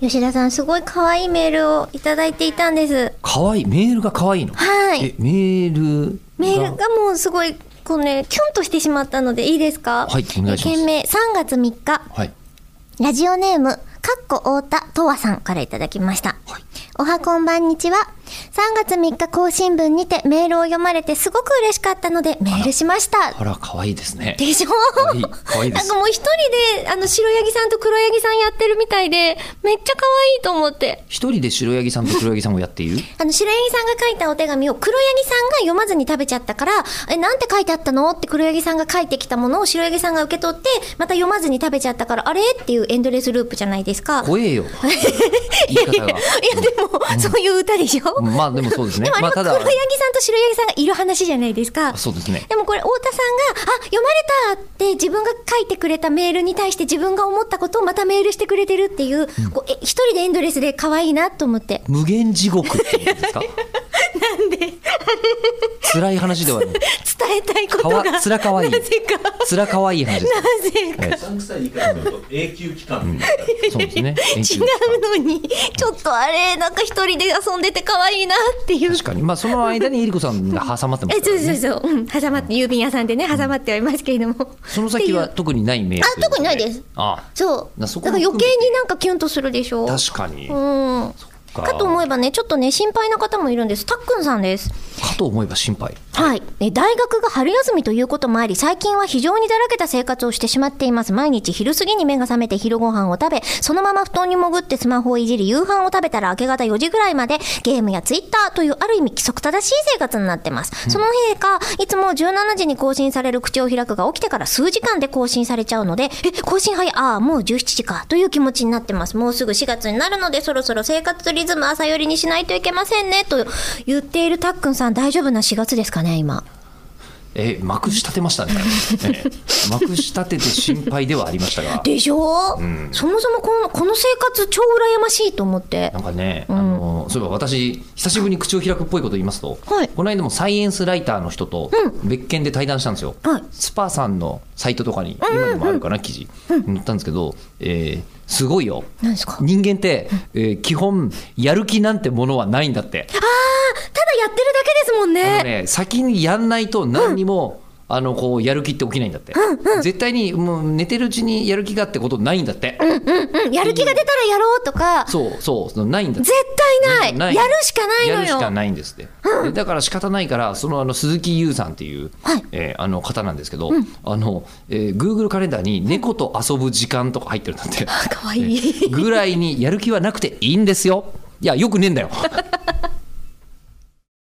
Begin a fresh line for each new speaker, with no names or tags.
吉田さん、すごい可愛いメールをいただいていたんです。
可愛いメールが可愛いの。
はい
えメール。
メール。がもうすごい、こうね、キュンとしてしまったのでいいですか
はいお願いします
件名、3月3日、
はい。
ラジオネーム、かっこ太田とわさんからいただきました。
はい
おはこんばんにちは。3月3日更新分にてメールを読まれてすごく嬉しかったのでメールしました。
あら可愛いですね。
でしょ
可愛い可愛い で
な
す
んかもう一人で、あの、白ヤギさんと黒ヤギさんやってるみたいで、めっちゃ可愛いと思って。
一人で白ヤギさんと黒ヤギさんをやっている。
あの、白ヤギさんが書いたお手紙を黒ヤギさんが読まずに食べちゃったから、え、なんて書いてあったのって黒ヤギさんが書いてきたものを白ヤギさんが受け取って、また読まずに食べちゃったから、あれっていうエンドレスループじゃないですか。
怖 えよ。言い方
いや、
が。
でも、そういう歌でしょ、
まあでもそうですね
でも。あれ
ま
は
あた
黒ヤ
だ
ギさんと白ヤギさんがいる話じゃないですか。
そうですね。
でもこれ太田さんが「あ読まれた!」って自分が書いてくれたメールに対して自分が思ったことをまたメールしてくれてるっていう,、こうえ一人でエンドレスで可愛いなと思って
無限地獄って言う んですか。なんで。辛い話 ではない。
伝えたいことが
かわつらかわいい
なぜかな
辛可愛い話です。
ぜか
え
うさんくさい言い方すると永久期間みたいな
えそうですね。延期
違うのにちょっとあれなんか一人で遊んでて可愛いなっていう
確かに。まあその間にえりこさんが挟まってます
え
か
そ
ら
う
ね。
そうそう、うん、挟まって郵便屋さんでね挟まってはいますけれども
その先
っ
は
ていう
特にないメールとうこと。
あ特にないです
あ
そうだ
なそこ
か
も
ら余
含めて
計になんかキュンとするでしょ
あ、確かに。
うん
か
かと思えばねちょっとね心配な方もいるんですたっくんさんです
かと思えば心配。
はい、え大学が春休みということもあり最近は非常にだらけた生活をしてしまっています毎日昼過ぎに目が覚めて昼ご飯を食べそのまま布団に潜ってスマホをいじり夕飯を食べたら明け方4時ぐらいまでゲームやツイッターというある意味規則正しい生活になってます、その陛下いつも17時に更新される口を開くが起きてから数時間で更新されちゃうのでえ更新早いああもう17時かという気持ちになってますもうすぐ4月になるのでそろそろ生活リズム朝寄りにしないといけませんねと言っているたっくんさん大丈夫な4月ですかね今
え、まくし立てました ね。ええまくし立てて心配ではありましたが。
でしょ、そもそもこのこの生活超羨ましいと思って
なんかね、あのそういえば私久しぶりに口を開くっぽいこと言いますと、
はい
この間もサイエンスライターの人と別件で対談したんですよ、
はい
スパさんのサイトとかに今でもあるかな記事載ったんですけど、えーすごいよ
なんですかただや
人間って、えー基本やる気なんてものはないんだって
ってるだけですもん
あの
ね
ね、先にやんないと何にも、あのこうやる気って起きないんだって、絶対にもう寝てるうちにやる気がってことないんだって、
うんやる気が出たらやろうとか
そうそうそのないんだって
絶対ないやるしかない
や
の
るしか
よ
ないんですって、でだから仕方ないからそのあの鈴木優さんっていう、
はい
えーあの方なんですけど、あのえー Google カレンダーに猫と遊ぶ時間とか入ってるんだって
あ かわいい
ぐらいにやる気はなくていいんですよいやよくねえんだよ